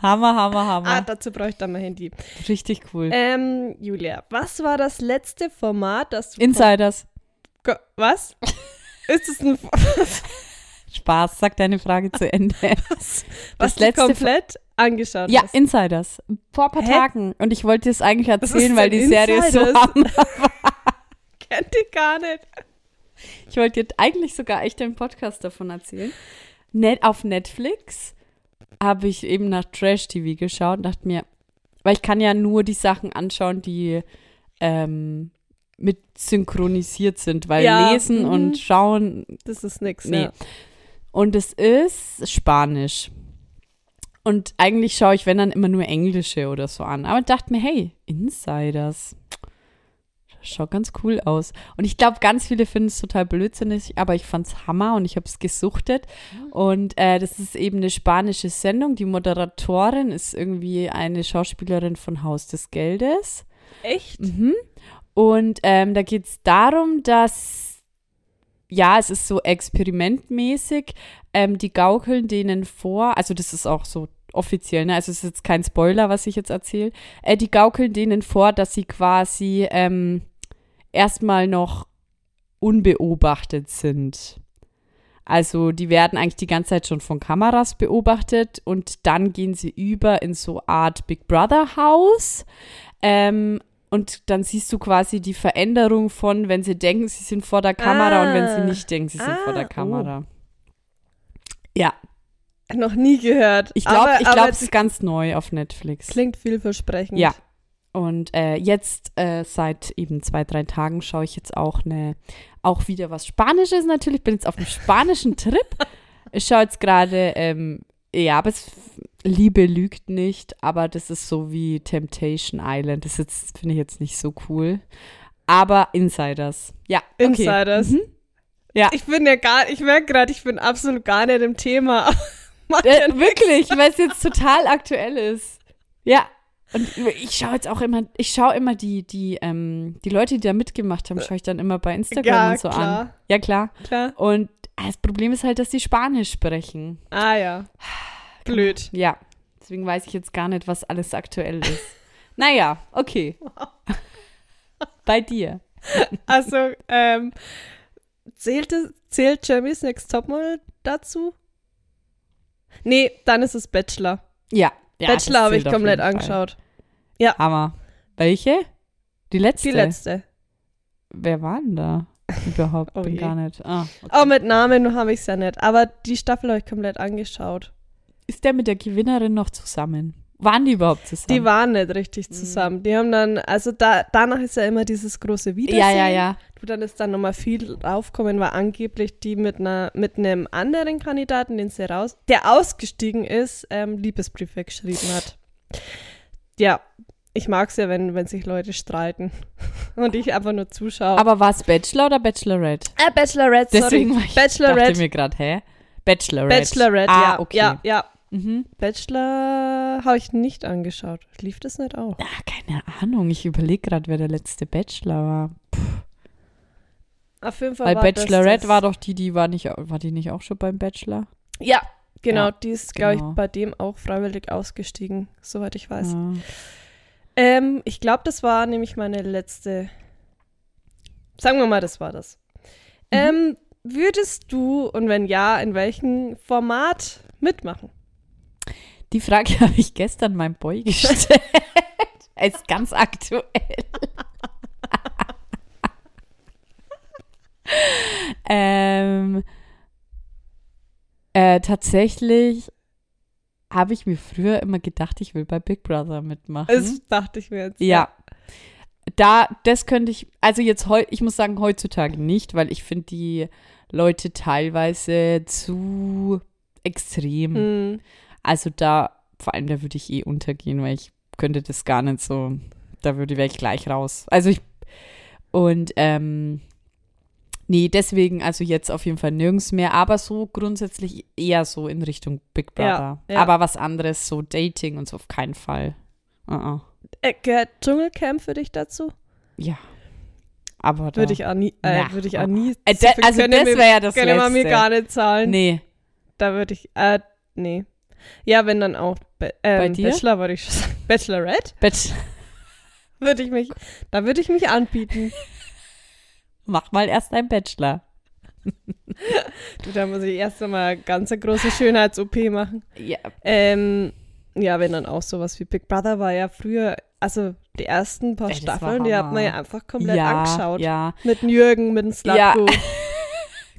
[SPEAKER 2] Hammer, hammer,
[SPEAKER 3] Ah,
[SPEAKER 2] hammer.
[SPEAKER 3] dazu brauche ich dann mein Handy.
[SPEAKER 2] Richtig cool.
[SPEAKER 3] Ähm, Julia, was war das letzte Format, das du.
[SPEAKER 2] Insiders.
[SPEAKER 3] Go- was? Ist es ein.
[SPEAKER 2] Spaß, sag deine Frage zu Ende.
[SPEAKER 3] was
[SPEAKER 2] Das
[SPEAKER 3] du
[SPEAKER 2] letzte
[SPEAKER 3] komplett angeschaut
[SPEAKER 2] Ja,
[SPEAKER 3] hast?
[SPEAKER 2] Insiders. Vor ein paar
[SPEAKER 3] Hä?
[SPEAKER 2] Tagen. Und ich wollte es eigentlich
[SPEAKER 3] Was ist
[SPEAKER 2] erzählen, weil
[SPEAKER 3] denn
[SPEAKER 2] die Serie so
[SPEAKER 3] Insiders?
[SPEAKER 2] haben.
[SPEAKER 3] Kennt ihr gar nicht.
[SPEAKER 2] Ich wollte dir eigentlich sogar echt den Podcast davon erzählen. Net, auf Netflix habe ich eben nach Trash-TV geschaut und dachte mir, weil ich kann ja nur die Sachen anschauen, die ähm, mit synchronisiert sind, weil
[SPEAKER 3] Ja,
[SPEAKER 2] lesen
[SPEAKER 3] mhm.
[SPEAKER 2] und schauen
[SPEAKER 3] Das ist nix.
[SPEAKER 2] Nee.
[SPEAKER 3] Ja.
[SPEAKER 2] Und es ist Spanisch. Und eigentlich schaue ich, wenn dann immer nur Englische oder so an. Aber dachte mir, hey, Insiders. Schaut ganz cool aus. Und ich glaube, ganz viele finden es total blödsinnig, aber ich fand's Hammer und ich habe es gesuchtet. Und äh, das ist eben eine spanische Sendung. Die Moderatorin ist irgendwie eine Schauspielerin von Haus des Geldes.
[SPEAKER 3] Echt?
[SPEAKER 2] Mhm. Und ähm, da geht es darum, dass, ja, es ist so experimentmäßig, ähm, die gaukeln denen vor, also das ist auch so offiziell, ne? also es ist jetzt kein Spoiler, was ich jetzt erzähle, äh, die gaukeln denen vor, dass sie quasi ähm, erstmal noch unbeobachtet sind. Also die werden eigentlich die ganze Zeit schon von Kameras beobachtet und dann gehen sie über in so Art Big Brother Haus. Ähm, und dann siehst du quasi die Veränderung von, wenn sie denken, sie sind vor der Kamera und wenn sie
[SPEAKER 3] Ah.
[SPEAKER 2] nicht denken, sie sind vor der
[SPEAKER 3] Ah, oh.
[SPEAKER 2] Kamera. Ja,
[SPEAKER 3] Noch nie gehört.
[SPEAKER 2] Ich glaube,
[SPEAKER 3] aber,
[SPEAKER 2] ich
[SPEAKER 3] aber
[SPEAKER 2] glaube, es
[SPEAKER 3] es
[SPEAKER 2] ist ganz neu auf Netflix.
[SPEAKER 3] klingt vielversprechend.
[SPEAKER 2] Ja. Und äh, jetzt äh, seit eben zwei, drei Tagen schaue ich jetzt auch eine, auch wieder was Spanisches natürlich. Bin jetzt auf einem spanischen Trip. Ich schaue jetzt gerade, ähm, ja, aber es, Liebe lügt nicht, aber das ist so wie Temptation Island. Das ist jetzt- finde ich jetzt nicht so cool. Aber Insiders. Ja, okay.
[SPEAKER 3] Insiders.
[SPEAKER 2] Mhm. Ja.
[SPEAKER 3] Ich bin ja gar, ich merke gerade, ich bin absolut gar nicht im Thema. Macht ja
[SPEAKER 2] Äh, wirklich, weil es jetzt total aktuell ist. Ja. Und ich schaue jetzt auch immer, ich schaue immer die, die, ähm, die Leute, die da mitgemacht haben, schaue ich dann immer bei Instagram
[SPEAKER 3] Ja,
[SPEAKER 2] und so an.
[SPEAKER 3] klar.
[SPEAKER 2] Ja, klar.
[SPEAKER 3] Klar.
[SPEAKER 2] Und äh, das Problem ist halt, dass die Spanisch sprechen.
[SPEAKER 3] Ah ja. Blöd.
[SPEAKER 2] Ja. Deswegen weiß ich jetzt gar nicht, was alles aktuell ist. naja, okay. bei dir.
[SPEAKER 3] Also, ähm, zählt, es- zählt Jeremy's Next Topmodel dazu? Nee, dann ist es Bachelor.
[SPEAKER 2] Ja. ja das
[SPEAKER 3] Bachelor habe ich
[SPEAKER 2] zählt auf
[SPEAKER 3] komplett
[SPEAKER 2] jeden Fall.
[SPEAKER 3] angeschaut.
[SPEAKER 2] Hammer. Welche? Die letzte?
[SPEAKER 3] Die letzte.
[SPEAKER 2] Wer war denn da? Überhaupt
[SPEAKER 3] Oh
[SPEAKER 2] bin
[SPEAKER 3] je.
[SPEAKER 2] gar nicht. Ah, okay.
[SPEAKER 3] Oh, mit Namen habe ich es ja nicht. Aber die Staffel habe ich komplett angeschaut.
[SPEAKER 2] Ist der mit der Gewinnerin noch zusammen? Waren die überhaupt zusammen?
[SPEAKER 3] Die waren nicht
[SPEAKER 2] Mhm.
[SPEAKER 3] richtig zusammen. Die haben dann, also da, danach ist ja immer dieses große Wiedersehen.
[SPEAKER 2] ja, ja, ja.
[SPEAKER 3] Du, dann ist dann nochmal viel raufkommen, weil angeblich die mit einer mit einem anderen Kandidaten, den sie raus, der ausgestiegen ist, ähm, Liebesbriefe geschrieben hat. Ja, ich mag es ja, wenn, wenn sich Leute streiten und ich einfach nur zuschaue.
[SPEAKER 2] Aber war es Bachelor oder Bachelorette?
[SPEAKER 3] äh, Bachelorette,
[SPEAKER 2] Deswegen war
[SPEAKER 3] sorry.
[SPEAKER 2] ich dachte
[SPEAKER 3] Bachelorette.
[SPEAKER 2] mir gerade, hä? Bachelorette.
[SPEAKER 3] Bachelorette,
[SPEAKER 2] ah,
[SPEAKER 3] ja,
[SPEAKER 2] okay.
[SPEAKER 3] ja, ja.
[SPEAKER 2] Mhm.
[SPEAKER 3] Bachelor habe ich nicht angeschaut. Lief das nicht auch?
[SPEAKER 2] Ah, keine Ahnung, ich überlege gerade, wer der letzte Bachelor war.
[SPEAKER 3] Auf jeden Fall
[SPEAKER 2] Weil
[SPEAKER 3] war das,
[SPEAKER 2] Bachelorette
[SPEAKER 3] das
[SPEAKER 2] war doch die, die war nicht, war die nicht auch schon beim Bachelor?
[SPEAKER 3] Ja, genau.
[SPEAKER 2] Ja,
[SPEAKER 3] die ist, glaube
[SPEAKER 2] genau. Ah.
[SPEAKER 3] ich, bei dem auch freiwillig ausgestiegen, soweit ich weiß.
[SPEAKER 2] Ja.
[SPEAKER 3] Ähm, ich glaube, das war nämlich meine letzte. Sagen wir mal, das war das.
[SPEAKER 2] Mhm.
[SPEAKER 3] Ähm, würdest du und wenn ja, in welchem Format mitmachen?
[SPEAKER 2] Mhm. Die Frage habe ich gestern meinem Boy gestellt. Er ist ganz aktuell. ähm, äh, tatsächlich habe ich mir früher immer gedacht, ich will bei Big Brother mitmachen.
[SPEAKER 3] Das dachte ich mir jetzt.
[SPEAKER 2] ja. Da, das könnte ich, also jetzt heu, ich muss sagen, heutzutage nicht, weil ich finde die Leute teilweise zu extrem.
[SPEAKER 3] Hm.
[SPEAKER 2] Also da, vor allem da würde ich eh untergehen, weil ich könnte das gar nicht so, da würde wäre ich gleich raus. Also ich, und ähm, nee, deswegen also jetzt auf jeden Fall nirgends mehr, aber so grundsätzlich eher so in Richtung Big Brother.
[SPEAKER 3] ja.
[SPEAKER 2] Aber was anderes, so Dating und so auf keinen Fall. Uh -uh.
[SPEAKER 3] Äh, gehört Dschungelcamp für dich dazu?
[SPEAKER 2] Ja. Aber da,
[SPEAKER 3] Würde ich auch nie. Äh,
[SPEAKER 2] Oh. Na,
[SPEAKER 3] würde ich auch nie.
[SPEAKER 2] äh, da,
[SPEAKER 3] so viel
[SPEAKER 2] also das
[SPEAKER 3] können wir-
[SPEAKER 2] wäre ja das
[SPEAKER 3] Können wir
[SPEAKER 2] Letzte.
[SPEAKER 3] mir gar nicht zahlen.
[SPEAKER 2] nee,
[SPEAKER 3] Da würde ich. Äh, nee. Ja, wenn dann auch. Ba- Ähm,
[SPEAKER 2] Bei dir?
[SPEAKER 3] Bachelor würde ich schon sagen. Bachelorette
[SPEAKER 2] Bitch,
[SPEAKER 3] würde ich mich. Da würde ich mich anbieten.
[SPEAKER 2] mach mal erst einen Bachelor.
[SPEAKER 3] Du, da muss ich erst einmal ganz eine große Schönheits-OP machen.
[SPEAKER 2] Ja,
[SPEAKER 3] Ähm, ja, wenn dann auch sowas wie Big Brother war ja früher, also die ersten paar
[SPEAKER 2] Ey, das war
[SPEAKER 3] Staffeln, die hat
[SPEAKER 2] Hammer.
[SPEAKER 3] man ja einfach komplett
[SPEAKER 2] ja,
[SPEAKER 3] angeschaut.
[SPEAKER 2] ja.
[SPEAKER 3] Mit dem Jürgen, mit dem Slatko.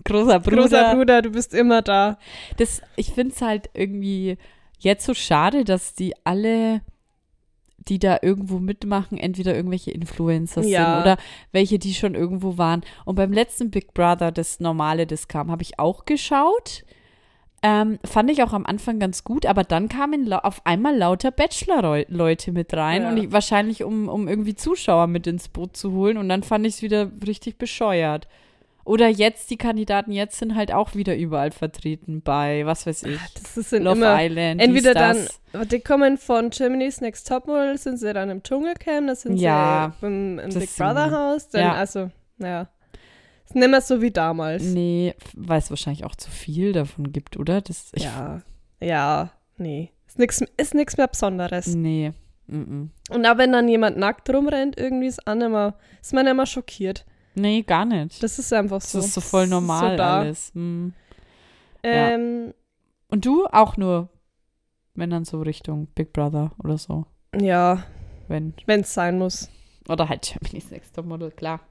[SPEAKER 2] Großer Bruder.
[SPEAKER 3] Großer Bruder, du bist immer da.
[SPEAKER 2] das, ich finde es halt irgendwie jetzt so schade, dass die alle, die da irgendwo mitmachen, entweder irgendwelche Influencer
[SPEAKER 3] Ja.
[SPEAKER 2] sind oder welche, die schon irgendwo waren. Und beim letzten Big Brother, das normale, das kam, habe ich auch geschaut. Ähm, fand ich auch am Anfang ganz gut, aber dann kamen lau- auf einmal lauter Bachelor-Leute mit rein
[SPEAKER 3] Ja.
[SPEAKER 2] und ich, wahrscheinlich, um, um irgendwie Zuschauer mit ins Boot zu holen und dann fand ich es wieder richtig bescheuert. Oder jetzt, die Kandidaten jetzt sind halt auch wieder überall vertreten bei, was weiß ich,
[SPEAKER 3] Ah, Das ist dann
[SPEAKER 2] Love
[SPEAKER 3] immer.
[SPEAKER 2] Island.
[SPEAKER 3] Entweder
[SPEAKER 2] dies, das.
[SPEAKER 3] dann, die kommen von Germany's Next Topmodel, sind sie dann im Dschungelcamp, das sind
[SPEAKER 2] Ja,
[SPEAKER 3] sie im, im
[SPEAKER 2] das
[SPEAKER 3] Big
[SPEAKER 2] sind-
[SPEAKER 3] Brother Haus, dann
[SPEAKER 2] ja.
[SPEAKER 3] also, naja. Ist nicht mehr so wie damals.
[SPEAKER 2] Nee, f- weil es wahrscheinlich auch zu viel davon gibt, oder? Das, ich,
[SPEAKER 3] Ja, ja, nee. Ist nichts ist nix mehr Besonderes.
[SPEAKER 2] Nee. Mm -mm.
[SPEAKER 3] Und auch wenn dann jemand nackt rumrennt, irgendwie ist, auch nicht mehr, ist man immer schockiert.
[SPEAKER 2] Nee, gar nicht. Das,
[SPEAKER 3] Das ist einfach so.
[SPEAKER 2] ist so voll
[SPEAKER 3] Das
[SPEAKER 2] normal
[SPEAKER 3] da.
[SPEAKER 2] alles. Hm. ja.
[SPEAKER 3] Ähm,
[SPEAKER 2] Und du auch nur, wenn dann so Richtung Big Brother oder so.
[SPEAKER 3] ja,
[SPEAKER 2] Wenn.
[SPEAKER 3] wenn es sein muss.
[SPEAKER 2] Oder halt Germany's Next Top Model, klar.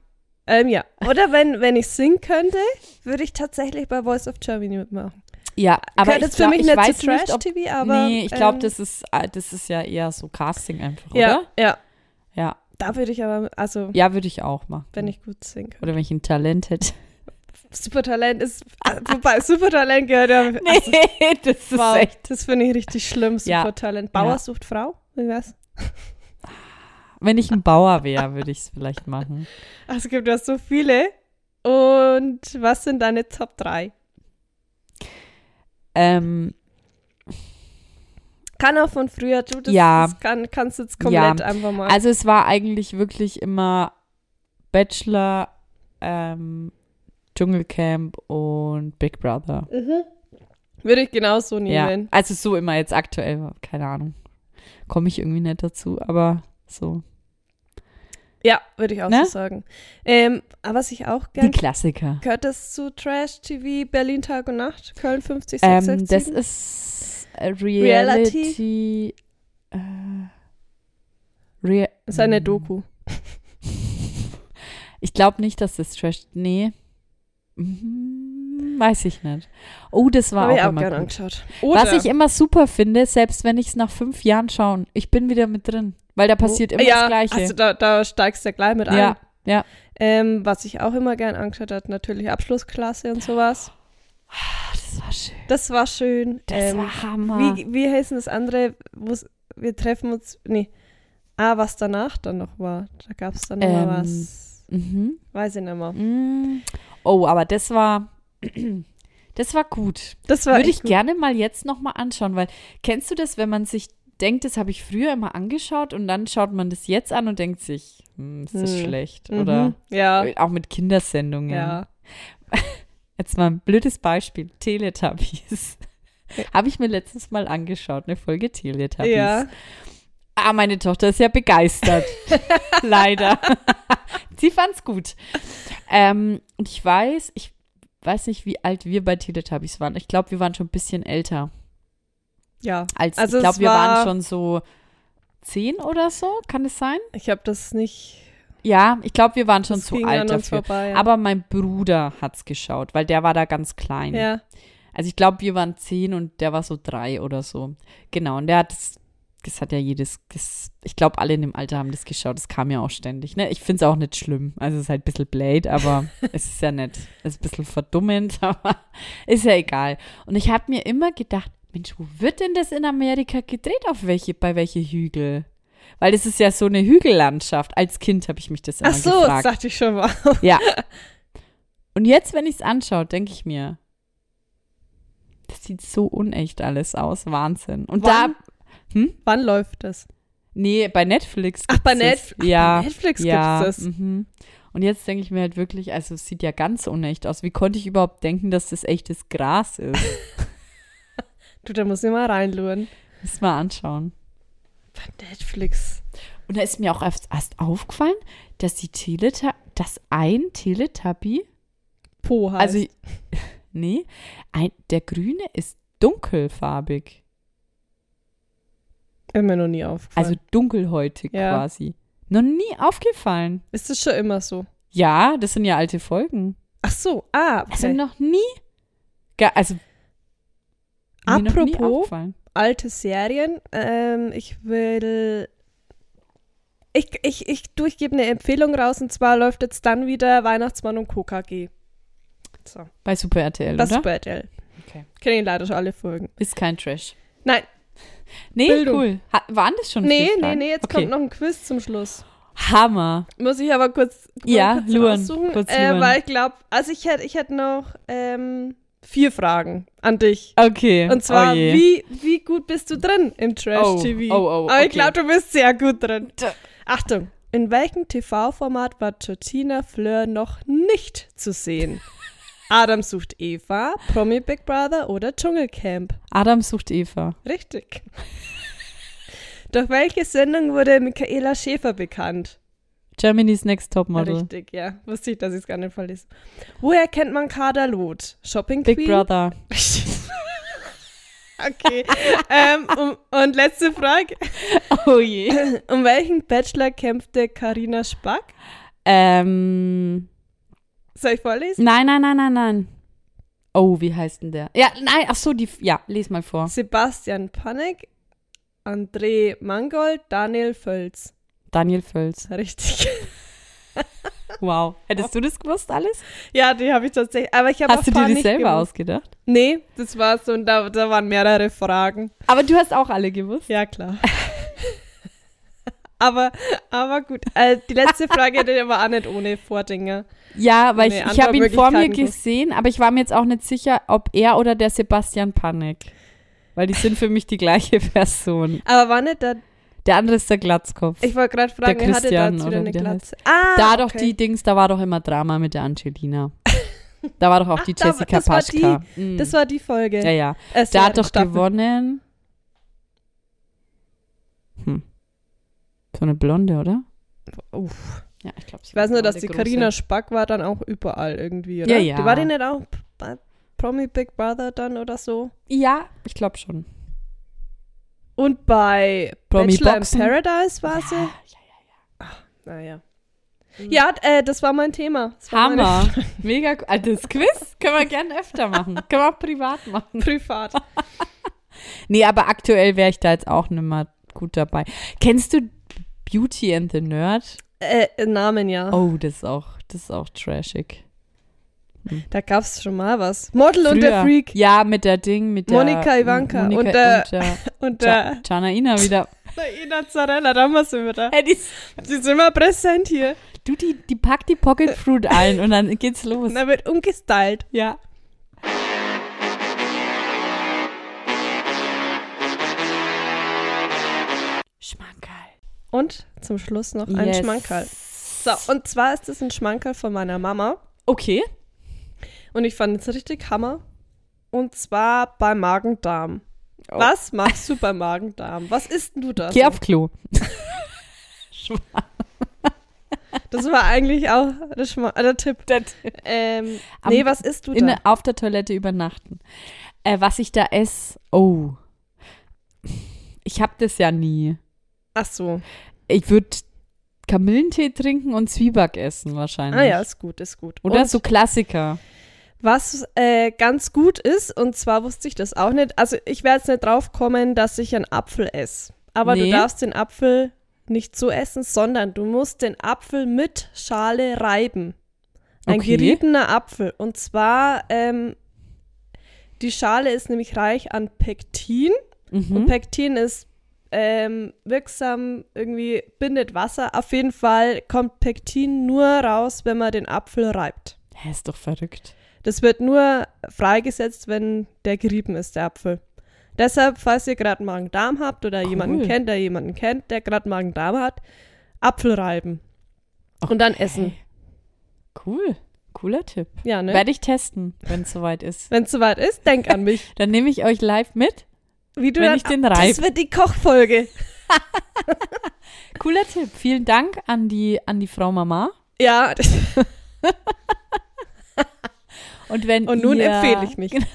[SPEAKER 3] Ähm, ja. Oder wenn, wenn ich singen könnte, würde ich tatsächlich bei Voice of Germany mitmachen.
[SPEAKER 2] Ja, aber
[SPEAKER 3] Gehört
[SPEAKER 2] ich,
[SPEAKER 3] jetzt für
[SPEAKER 2] glaub,
[SPEAKER 3] mich
[SPEAKER 2] ich
[SPEAKER 3] nicht
[SPEAKER 2] weiß
[SPEAKER 3] zu
[SPEAKER 2] nicht, ob,
[SPEAKER 3] Trash-TV, aber.
[SPEAKER 2] nee, ich glaube,
[SPEAKER 3] ähm,
[SPEAKER 2] das, ist, ah, das ist ja eher so Casting einfach,
[SPEAKER 3] Ja,
[SPEAKER 2] oder?
[SPEAKER 3] ja.
[SPEAKER 2] Ja,
[SPEAKER 3] Da würde ich aber, also,
[SPEAKER 2] ja würde ich auch machen.
[SPEAKER 3] wenn ich gut singen kann.
[SPEAKER 2] oder wenn ich ein Talent hätte.
[SPEAKER 3] Supertalent ist, ah, wobei Supertalent gehört ja. also,
[SPEAKER 2] Nee, das ist
[SPEAKER 3] wow,
[SPEAKER 2] echt.
[SPEAKER 3] das finde ich richtig schlimm,
[SPEAKER 2] Ja.
[SPEAKER 3] Supertalent.
[SPEAKER 2] Ja.
[SPEAKER 3] Bauer sucht Frau, wie wär's?
[SPEAKER 2] Wenn ich ein Bauer wäre, würde ich es vielleicht machen.
[SPEAKER 3] Ach, es gibt ja so viele. Und was sind deine Top 3?
[SPEAKER 2] Ähm,
[SPEAKER 3] Kann auch von früher, du, das,
[SPEAKER 2] Ja.
[SPEAKER 3] das kann, kannst du jetzt komplett einfach mal.
[SPEAKER 2] also es war eigentlich wirklich immer Bachelor, ähm, Dschungelcamp und Big Brother.
[SPEAKER 3] mhm. Würde ich genauso
[SPEAKER 2] Ja,
[SPEAKER 3] nehmen.
[SPEAKER 2] also so immer jetzt aktuell, keine Ahnung. Komme ich irgendwie nicht dazu, aber so.
[SPEAKER 3] Ja, würde ich auch
[SPEAKER 2] Ne?
[SPEAKER 3] so sagen. Ähm, aber was ich auch
[SPEAKER 2] Die
[SPEAKER 3] gerne.
[SPEAKER 2] Klassiker.
[SPEAKER 3] Gehört das zu Trash TV Berlin Tag und Nacht, Köln 50,
[SPEAKER 2] Ähm,
[SPEAKER 3] 667?
[SPEAKER 2] das ist äh, Reality. Äh, Rea
[SPEAKER 3] ist eine Doku.
[SPEAKER 2] Ich glaube nicht, dass das Trash. Nee. Mhm, weiß ich nicht. Oh, das war
[SPEAKER 3] Habe ich
[SPEAKER 2] auch
[SPEAKER 3] auch
[SPEAKER 2] immer
[SPEAKER 3] gerne
[SPEAKER 2] gut.
[SPEAKER 3] angeschaut. Oder
[SPEAKER 2] Was ich immer super finde, selbst wenn ich es nach fünf Jahren schaue, ich bin wieder mit drin. Weil da passiert immer
[SPEAKER 3] Oh, ja,
[SPEAKER 2] das Gleiche.
[SPEAKER 3] Also da, da steigst du ja gleich mit ein.
[SPEAKER 2] ja, ja.
[SPEAKER 3] Ähm, was ich auch immer gern angeschaut hat, natürlich Abschlussklasse und sowas.
[SPEAKER 2] Ach, Ah, das war schön.
[SPEAKER 3] Das war schön.
[SPEAKER 2] Das
[SPEAKER 3] ähm,
[SPEAKER 2] war Hammer.
[SPEAKER 3] wie, wie heißen das andere? wo's- Wir treffen uns. Nee. Ah, was danach dann noch war. Da gab es dann noch
[SPEAKER 2] Ähm.
[SPEAKER 3] mal was.
[SPEAKER 2] mhm.
[SPEAKER 3] Weiß ich nicht mehr.
[SPEAKER 2] Mm. Oh, aber das war. Das war gut.
[SPEAKER 3] Das war
[SPEAKER 2] Würde
[SPEAKER 3] echt
[SPEAKER 2] ich
[SPEAKER 3] gut.
[SPEAKER 2] gerne mal jetzt nochmal anschauen, weil kennst du das, wenn man sich denkt, das habe ich früher immer angeschaut und dann schaut man das jetzt an und denkt sich, hm, ist das
[SPEAKER 3] Hm.
[SPEAKER 2] schlecht?
[SPEAKER 3] Mhm.
[SPEAKER 2] Oder Äh,
[SPEAKER 3] Ja.
[SPEAKER 2] auch mit Kindersendungen.
[SPEAKER 3] Ja.
[SPEAKER 2] Jetzt mal ein blödes Beispiel, Teletubbies. habe ich mir letztens mal angeschaut, eine Folge Teletubbies.
[SPEAKER 3] Ja.
[SPEAKER 2] Ah, meine Tochter ist ja begeistert. Leider. Sie fand's gut. Ähm, und ich weiß, ich weiß nicht, wie alt wir bei Teletubbies waren. Ich glaube, wir waren schon ein bisschen älter.
[SPEAKER 3] Ja.
[SPEAKER 2] Als,
[SPEAKER 3] Also
[SPEAKER 2] ich
[SPEAKER 3] es
[SPEAKER 2] glaube, wir
[SPEAKER 3] war-
[SPEAKER 2] waren schon so zehn oder so, kann es sein?
[SPEAKER 3] Ich habe das nicht.
[SPEAKER 2] Ja, ich glaube, wir waren schon
[SPEAKER 3] Das
[SPEAKER 2] zu
[SPEAKER 3] ging
[SPEAKER 2] alt
[SPEAKER 3] an uns
[SPEAKER 2] dafür.
[SPEAKER 3] vorbei. Ja.
[SPEAKER 2] Aber mein Bruder hat's geschaut, weil der war da ganz klein.
[SPEAKER 3] ja.
[SPEAKER 2] Also ich glaube, wir waren zehn und der war so drei oder so. Genau, und der hat das, das hat ja jedes, das, ich glaube, alle in dem Alter haben das geschaut, das kam ja auch ständig. Ne? Ich finde es auch nicht schlimm. Also es ist halt ein bisschen blöd, aber es ist ja nicht, es ist ein bisschen verdummend, aber ist ja egal. Und ich habe mir immer gedacht, Mensch, wo wird denn das in Amerika gedreht, auf welche, bei welche Hügel? Weil es ist ja so eine Hügellandschaft. Als Kind habe ich mich das immer
[SPEAKER 3] Ach so, das
[SPEAKER 2] gefragt.
[SPEAKER 3] dachte ich schon mal.
[SPEAKER 2] Ja. Und jetzt, wenn ich es anschaue, denke ich mir, das sieht so unecht alles aus. Wahnsinn. Und
[SPEAKER 3] Wann?
[SPEAKER 2] da,
[SPEAKER 3] Wann läuft das?
[SPEAKER 2] nee, bei Netflix.
[SPEAKER 3] Ach, bei
[SPEAKER 2] gibt's das.
[SPEAKER 3] Netflix.
[SPEAKER 2] Ja.
[SPEAKER 3] Bei Netflix
[SPEAKER 2] ja,
[SPEAKER 3] gibt's das.
[SPEAKER 2] Mhm. Und jetzt denke ich mir halt wirklich, also es sieht ja ganz unecht aus. Wie konnte ich überhaupt denken, dass das echtes Gras ist?
[SPEAKER 3] Du, da muss ich mal reinluren.
[SPEAKER 2] Muss mal anschauen.
[SPEAKER 3] Bei Netflix.
[SPEAKER 2] Und da ist mir auch erst, erst aufgefallen, dass die Teleta dass ein Teletubby
[SPEAKER 3] Po heißt.
[SPEAKER 2] Also, nee, ein, der grüne ist dunkelfarbig,
[SPEAKER 3] Immer noch nie aufgefallen.
[SPEAKER 2] also dunkelhäutig
[SPEAKER 3] Ja.
[SPEAKER 2] quasi. Noch nie aufgefallen.
[SPEAKER 3] ist es schon immer so?
[SPEAKER 2] Ja, das sind ja alte Folgen.
[SPEAKER 3] Ach so, ah,
[SPEAKER 2] Also
[SPEAKER 3] okay.
[SPEAKER 2] noch nie. Ge also mir noch nie
[SPEAKER 3] Apropos-
[SPEAKER 2] aufgefallen.
[SPEAKER 3] alte Serien. Ähm, ich will. Ich, ich, ich, du, ich gebe eine Empfehlung raus und zwar läuft jetzt dann wieder Weihnachtsmann und KKG. So,
[SPEAKER 2] Bei Super RTL,
[SPEAKER 3] das
[SPEAKER 2] oder?
[SPEAKER 3] ist RTL.
[SPEAKER 2] Okay.
[SPEAKER 3] Kenne ich leider schon alle Folgen.
[SPEAKER 2] Ist kein Trash.
[SPEAKER 3] Nein,
[SPEAKER 2] Nee,
[SPEAKER 3] Bildung.
[SPEAKER 2] cool. Ha waren das schon
[SPEAKER 3] nee,
[SPEAKER 2] vier
[SPEAKER 3] nee,
[SPEAKER 2] Fragen?
[SPEAKER 3] nee, jetzt
[SPEAKER 2] okay.
[SPEAKER 3] kommt noch ein Quiz zum Schluss.
[SPEAKER 2] Hammer.
[SPEAKER 3] Muss ich aber kurz, mal
[SPEAKER 2] Ja,
[SPEAKER 3] kurz
[SPEAKER 2] luren,
[SPEAKER 3] raussuchen,
[SPEAKER 2] kurz
[SPEAKER 3] äh,
[SPEAKER 2] luren.
[SPEAKER 3] weil ich glaube, also ich hätte ich hätt noch ähm, vier Fragen an dich.
[SPEAKER 2] Okay.
[SPEAKER 3] Und zwar,
[SPEAKER 2] oh je.
[SPEAKER 3] wie, wie gut bist du drin im
[SPEAKER 2] Oh,
[SPEAKER 3] Trash-TV?
[SPEAKER 2] oh, oh,
[SPEAKER 3] Aber
[SPEAKER 2] okay.
[SPEAKER 3] ich glaube, du bist sehr gut drin.
[SPEAKER 2] Da-
[SPEAKER 3] Achtung, in welchem TV-Format war Georgina Fleur noch nicht zu sehen? Adam sucht Eva, Promi Big Brother oder Dschungelcamp?
[SPEAKER 2] Adam sucht Eva.
[SPEAKER 3] Richtig. Durch welche Sendung wurde Michaela Schäfer bekannt?
[SPEAKER 2] Germany's Next Topmodel.
[SPEAKER 3] Richtig, ja. Wusste ich, dass ich es gar nicht verlese. Woher kennt man Kader Loth? Shopping
[SPEAKER 2] Big
[SPEAKER 3] Queen?
[SPEAKER 2] Brother.
[SPEAKER 3] okay. ähm, um, und letzte Frage.
[SPEAKER 2] Oh je.
[SPEAKER 3] Um welchen Bachelor kämpfte Karina Spack?
[SPEAKER 2] Ähm,
[SPEAKER 3] Soll ich vorlesen?
[SPEAKER 2] nein, nein, nein, nein, nein. Oh, wie heißt denn der? Ja, nein, ach so, die, ja, les mal vor.
[SPEAKER 3] Sebastian Panek, André Mangold, Daniel Völz.
[SPEAKER 2] Daniel Völz.
[SPEAKER 3] Richtig.
[SPEAKER 2] Wow. Hättest du das gewusst alles?
[SPEAKER 3] Ja, die habe ich tatsächlich. Aber ich habe auch
[SPEAKER 2] Hast du dir
[SPEAKER 3] paar
[SPEAKER 2] das
[SPEAKER 3] nicht
[SPEAKER 2] selber
[SPEAKER 3] gewusst.
[SPEAKER 2] ausgedacht?
[SPEAKER 3] Nee, das war so, und da, da waren mehrere Fragen.
[SPEAKER 2] Aber du hast auch alle gewusst.
[SPEAKER 3] Ja, klar. aber, aber gut. Äh, die letzte Frage die war auch nicht ohne Vordinger.
[SPEAKER 2] Ja, weil
[SPEAKER 3] Nee,
[SPEAKER 2] ich, ich habe ihn vor mir
[SPEAKER 3] Antwortmöglichkeiten gewusst.
[SPEAKER 2] gesehen, aber ich war mir jetzt auch nicht sicher, ob er oder der Sebastian Panek. Weil die sind für mich die gleiche Person.
[SPEAKER 3] Aber war nicht da.
[SPEAKER 2] Der andere ist der Glatzkopf.
[SPEAKER 3] Ich wollte gerade fragen, wer hatte da
[SPEAKER 2] Christian,
[SPEAKER 3] jetzt
[SPEAKER 2] oder
[SPEAKER 3] wieder eine
[SPEAKER 2] wie der
[SPEAKER 3] Glatze? Ah,
[SPEAKER 2] da doch
[SPEAKER 3] okay.
[SPEAKER 2] die Dings, da war doch immer Drama mit der Angelina. Da war doch auch
[SPEAKER 3] Ach,
[SPEAKER 2] die
[SPEAKER 3] da-
[SPEAKER 2] Jessica
[SPEAKER 3] das war die-
[SPEAKER 2] Paschka. Mm.
[SPEAKER 3] Das war die Folge.
[SPEAKER 2] ja, ja.
[SPEAKER 3] Äh, sorry,
[SPEAKER 2] Da hat doch
[SPEAKER 3] Staffel.
[SPEAKER 2] gewonnen. Hm. So eine Blonde, oder?
[SPEAKER 3] Uff.
[SPEAKER 2] Ja, ich glaube,
[SPEAKER 3] Ich weiß nur, dass die Karina Spack war dann auch überall irgendwie, oder?
[SPEAKER 2] Oh, Ja, ja.
[SPEAKER 3] Die war die nicht auch bei Promi Big Brother dann oder so?
[SPEAKER 2] Ja, ich glaube schon.
[SPEAKER 3] Und bei
[SPEAKER 2] Promi
[SPEAKER 3] Bachelor
[SPEAKER 2] Boxen.
[SPEAKER 3] in Paradise war sie?
[SPEAKER 2] Ja, ja,
[SPEAKER 3] Naja. Ja, äh, das war mein Thema. Das war meine
[SPEAKER 2] Hammer. Mega cool. Altes Quiz können wir gerne öfter machen. Können wir auch privat machen.
[SPEAKER 3] Privat.
[SPEAKER 2] Nee, aber aktuell wäre ich da jetzt auch nicht mehr gut dabei. Kennst du Beauty and the Nerd?
[SPEAKER 3] äh, Namen ja.
[SPEAKER 2] Oh, das ist auch, das ist auch trashig.
[SPEAKER 3] Da gab's schon mal was. Model und
[SPEAKER 2] Früher.
[SPEAKER 3] der Freak.
[SPEAKER 2] Ja, mit der Ding, mit der
[SPEAKER 3] Monika Ivanka
[SPEAKER 2] Monika
[SPEAKER 3] und der-
[SPEAKER 2] und der
[SPEAKER 3] Und
[SPEAKER 2] Ja,
[SPEAKER 3] der
[SPEAKER 2] Janaina wieder.
[SPEAKER 3] Ina Zarella, da haben wir sie wieder.
[SPEAKER 2] Hey, die,
[SPEAKER 3] Sie ist immer präsent hier.
[SPEAKER 2] du, die, die packt die Pocket Fruit ein und dann geht's los.
[SPEAKER 3] Und da wird umgestylt.
[SPEAKER 2] Ja. Schmankerl.
[SPEAKER 3] Und zum Schluss noch ein
[SPEAKER 2] Yes.
[SPEAKER 3] Schmankerl. So, und zwar ist es ein Schmankerl von meiner Mama.
[SPEAKER 2] Okay.
[SPEAKER 3] Und ich fand es richtig Hammer. Und zwar bei Magen-Darm.
[SPEAKER 2] Oh.
[SPEAKER 3] Was machst du bei Magen-Darm? Was isst denn du da?
[SPEAKER 2] Geh
[SPEAKER 3] so?
[SPEAKER 2] auf Klo.
[SPEAKER 3] Das war eigentlich auch der, Schma äh, der Tipp. Ähm,
[SPEAKER 2] Am-
[SPEAKER 3] nee, was isst du
[SPEAKER 2] In,
[SPEAKER 3] da?
[SPEAKER 2] auf der Toilette übernachten. Äh, was ich da esse. Oh. Ich hab das ja nie.
[SPEAKER 3] Ach so.
[SPEAKER 2] Ich würde Kamillentee trinken und Zwieback essen wahrscheinlich.
[SPEAKER 3] Ah ja, ist gut, ist gut.
[SPEAKER 2] Oder
[SPEAKER 3] und
[SPEAKER 2] so Klassiker.
[SPEAKER 3] Was äh, ganz gut ist, und zwar wusste ich das auch nicht, also ich werde jetzt nicht drauf kommen, dass ich einen Apfel esse. Aber
[SPEAKER 2] Nee.
[SPEAKER 3] du darfst den Apfel nicht so essen, sondern du musst den Apfel mit Schale reiben. Ein
[SPEAKER 2] Okay.
[SPEAKER 3] geriebener Apfel. Und zwar, ähm, die Schale ist nämlich reich an Pektin. Und
[SPEAKER 2] Mhm.
[SPEAKER 3] Pektin ist ähm, wirksam, irgendwie bindet Wasser. Auf jeden Fall kommt Pektin nur raus, wenn man den Apfel reibt.
[SPEAKER 2] Hä, ist doch verrückt.
[SPEAKER 3] Das wird nur freigesetzt, wenn der gerieben ist, der Apfel. Deshalb, falls ihr gerade Magen-Darm habt oder jemanden
[SPEAKER 2] Cool.
[SPEAKER 3] kennt, der jemanden kennt, der gerade Magen-Darm hat, Apfel reiben. Und dann essen.
[SPEAKER 2] Cool. Cooler Tipp.
[SPEAKER 3] Ja, ne?
[SPEAKER 2] Werde ich testen, wenn es soweit ist.
[SPEAKER 3] Wenn es soweit ist, denk an mich.
[SPEAKER 2] Dann nehme ich euch live mit.
[SPEAKER 3] Wie du
[SPEAKER 2] Wenn
[SPEAKER 3] dann, Ah,
[SPEAKER 2] ich den
[SPEAKER 3] Das
[SPEAKER 2] reib.
[SPEAKER 3] wird die Kochfolge.
[SPEAKER 2] Cooler Tipp. Vielen Dank an die, an die Frau Mama.
[SPEAKER 3] Ja,
[SPEAKER 2] Und, wenn
[SPEAKER 3] und nun
[SPEAKER 2] ihr,
[SPEAKER 3] empfehle ich mich.
[SPEAKER 2] Genau.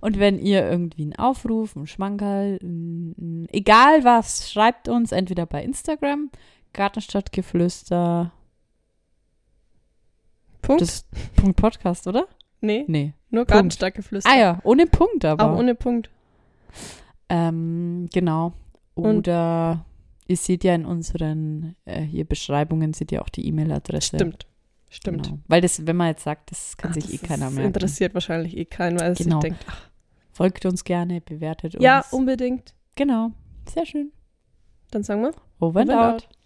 [SPEAKER 2] Und wenn ihr irgendwie einen Aufruf, einen Schmankerl, ein, ein, egal was, schreibt uns entweder bei Instagram, Gartenstadtgeflüster,
[SPEAKER 3] Punkt.
[SPEAKER 2] das Punkt Podcast, oder?
[SPEAKER 3] nee,
[SPEAKER 2] Nee.
[SPEAKER 3] nur ganz stark geflüstert.
[SPEAKER 2] Ah ja, ohne Punkt aber.
[SPEAKER 3] Auch ohne Punkt.
[SPEAKER 2] Ähm, genau.
[SPEAKER 3] Und-
[SPEAKER 2] Oder ihr seht ja in unseren äh, hier Beschreibungen seht ihr auch die E-Mail-Adresse.
[SPEAKER 3] Stimmt. Stimmt.
[SPEAKER 2] Genau. Weil das, wenn man jetzt sagt, das kann
[SPEAKER 3] Ach,
[SPEAKER 2] sich
[SPEAKER 3] das
[SPEAKER 2] eh keiner
[SPEAKER 3] ist-
[SPEAKER 2] merken.
[SPEAKER 3] interessiert wahrscheinlich eh keinen, weil es
[SPEAKER 2] Genau.
[SPEAKER 3] sich denkt, ach,
[SPEAKER 2] Folgt uns gerne, bewertet uns.
[SPEAKER 3] um ja, unbedingt.
[SPEAKER 2] genau. Sehr schön.
[SPEAKER 3] Dann sagen wir.
[SPEAKER 2] Over and
[SPEAKER 3] Over and
[SPEAKER 2] out.